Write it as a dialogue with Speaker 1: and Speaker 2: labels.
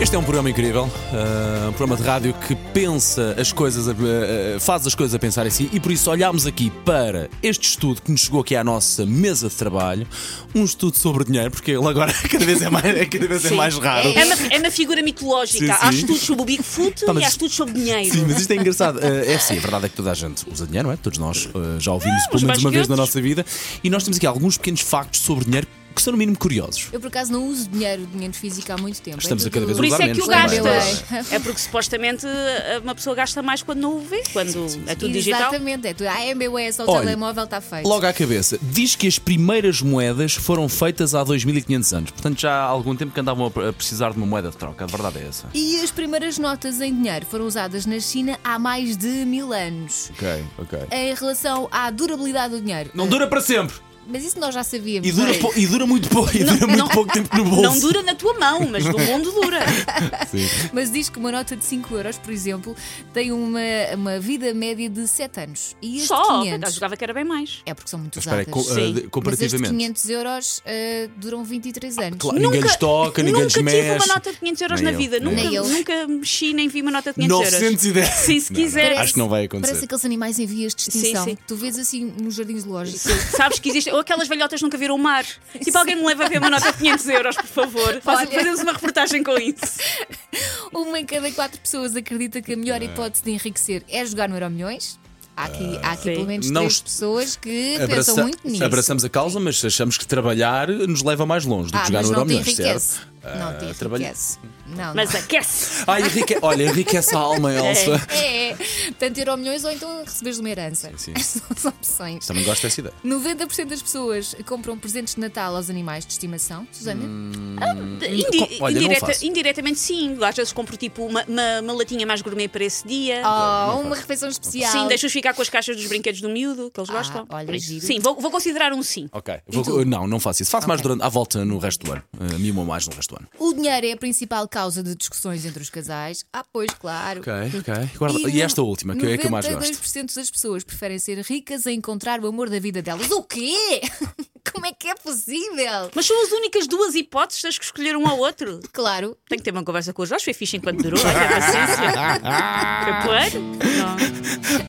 Speaker 1: Este é um programa incrível, eh, um programa de rádio que pensa as coisas, a- eh, faz as coisas a pensar em si e por isso olhámos aqui para este estudo que nos chegou aqui à nossa mesa de trabalho, um estudo sobre dinheiro, porque ele agora cada vez é mais, cada vez é
Speaker 2: Sim.
Speaker 1: mais raro.
Speaker 2: É uma, é uma figura mitológica.
Speaker 1: Sim,
Speaker 2: Há
Speaker 1: sim.
Speaker 2: estudos sobre o Bigfoot
Speaker 1: Tá, mas-
Speaker 2: e há estudos sobre dinheiro.
Speaker 1: Sim, mas isto é engraçado. Eh, é assim, a verdade é que toda a gente usa dinheiro, não é? Todos nós eh, já ouvimos pelo
Speaker 2: uns
Speaker 1: menos
Speaker 2: mais
Speaker 1: uma
Speaker 2: que
Speaker 1: vez na
Speaker 2: outros.
Speaker 1: nossa vida. E nós temos aqui alguns pequenos factos sobre dinheiro que são, no mínimo, curiosos.
Speaker 3: Eu por acaso não uso dinheiro, dinheiro físico há muito tempo.
Speaker 1: Estamos
Speaker 3: é
Speaker 1: a cada
Speaker 3: tudo-
Speaker 1: vez um
Speaker 2: Por isso
Speaker 1: usar
Speaker 2: é que o
Speaker 1: menos também,
Speaker 2: gastas.
Speaker 3: não
Speaker 2: É porque supostamente eh, uma pessoa gasta mais quando não o vê, quando é tudo digital.
Speaker 3: Exatamente, é tudo. Ah, é meu, é só o
Speaker 1: Olha,
Speaker 3: telemóvel, está feito.
Speaker 1: Logo à cabeça, diz que as primeiras moedas foram feitas há 2500 anos. Portanto, já há algum tempo que andavam a a precisar de uma moeda de troca. A verdade é essa.
Speaker 3: E as primeiras notas em dinheiro foram usadas na China há mais de mil anos.
Speaker 1: Ok, ok.
Speaker 3: Em relação à durabilidade do dinheiro.
Speaker 1: Não dura para sempre.
Speaker 3: Mas isso nós já sabíamos.
Speaker 1: E dura,
Speaker 3: não é?
Speaker 1: pou- e dura muito pouco. E dura muito
Speaker 2: não-
Speaker 1: pouco tempo no bolso.
Speaker 2: Não dura na tua mão, mas no mundo dura.
Speaker 3: Mas diz que uma nota de 5 euros, por exemplo, tem uma, uma vida média de 7 anos. E este
Speaker 2: Só, por
Speaker 3: 500.
Speaker 2: acaso jogava que era bem mais.
Speaker 3: É porque são muito
Speaker 1: Espera,
Speaker 3: usadas.
Speaker 1: aí, co-
Speaker 2: Sim.
Speaker 1: eh, de-
Speaker 3: Mas estes
Speaker 1: comparativamente. Ah,
Speaker 3: 500 euros eh, duram 23 anos.
Speaker 1: Claro, ninguém lhes toca, ninguém
Speaker 2: nunca
Speaker 1: lhes
Speaker 2: tive
Speaker 1: mexe.
Speaker 2: uma nota de 500 euros
Speaker 1: Nem
Speaker 2: na
Speaker 1: eu,
Speaker 2: vida.
Speaker 1: nem
Speaker 2: Nunca,
Speaker 3: eu.
Speaker 2: nunca mexi nem vi uma nota de 500
Speaker 1: 910.
Speaker 2: euros. Sim, se
Speaker 1: Não, não,
Speaker 2: quiser.
Speaker 1: Acho que não vai acontecer.
Speaker 3: Parece aqueles animais em vias de extinção.
Speaker 2: Sim, sim.
Speaker 3: Tu vês assim nos jardins zoológicos.
Speaker 2: Sabes que existem. Ou aquelas velhotas que nunca viram o mar. Tipo, alguém me leva a ver uma nota de 500 euros, por favor. Faça-
Speaker 3: Olha.
Speaker 2: Fazemos uma reportagem com isso.
Speaker 3: Uma em cada quatro pessoas acredita que a melhor
Speaker 1: É.
Speaker 3: hipótese de enriquecer é jogar no Euromilhões. Há aqui, há aqui
Speaker 2: Sim.
Speaker 3: pelo menos
Speaker 1: Ah. Não
Speaker 3: três
Speaker 1: est-
Speaker 3: pessoas que
Speaker 1: Abraça-
Speaker 3: pensam muito nisso.
Speaker 1: Abraçamos a causa, mas achamos que trabalhar nos leva mais longe do que
Speaker 3: ah,
Speaker 1: jogar
Speaker 3: mas
Speaker 1: no
Speaker 3: não te
Speaker 1: Euromilhões,
Speaker 3: enriquece.
Speaker 1: certo?
Speaker 3: Não te
Speaker 1: Ah, trabalha-
Speaker 3: enriquece. Não,
Speaker 2: Mas aquece.
Speaker 1: Ah, enrique... Olha, enriquece a alma, Elsa.
Speaker 3: não. É, é. Tanto Euromilhões ou então receberes uma herança.
Speaker 1: Sim.
Speaker 3: São as opções.
Speaker 1: Também gosto dessa ideia.
Speaker 3: 90% das pessoas compram presentes de Natal aos animais de estimação. Susana?
Speaker 1: Hum,
Speaker 2: Indi-
Speaker 1: Com- olha, não
Speaker 2: indireta-
Speaker 1: faço.
Speaker 2: indiretamente, sim. Às vezes compro tipo uma, uma, uma latinha mais gourmet para esse dia.
Speaker 3: Oh, uma refeição especial.
Speaker 2: Sim, deixo-os ficar com as caixas dos brinquedos do miúdo, que eles
Speaker 3: Ah,
Speaker 2: gostam.
Speaker 3: olha,
Speaker 2: Por isso,
Speaker 3: giro.
Speaker 2: Sim, vou, vou considerar um sim.
Speaker 1: Ok. Vou- Não, não faço isso. Faço mais durante. à volta no resto do ano. Uh, mimo mais no resto do ano.
Speaker 3: O dinheiro é a principal causa de discussões entre os casais. Ah, pois, claro.
Speaker 1: Ok, ok. Guarda- E, esta última, que é a que eu mais gosto.
Speaker 3: 92% das pessoas preferem ser ricas a encontrar o amor da vida delas. O quê? Como é que é possível?
Speaker 2: Mas são as únicas duas hipóteses, tens que escolher um ao outro.
Speaker 3: Claro.
Speaker 2: Tenho que ter uma conversa com o Jorge, foi fixe enquanto durou. Olha, paciência. Capoeira? Não.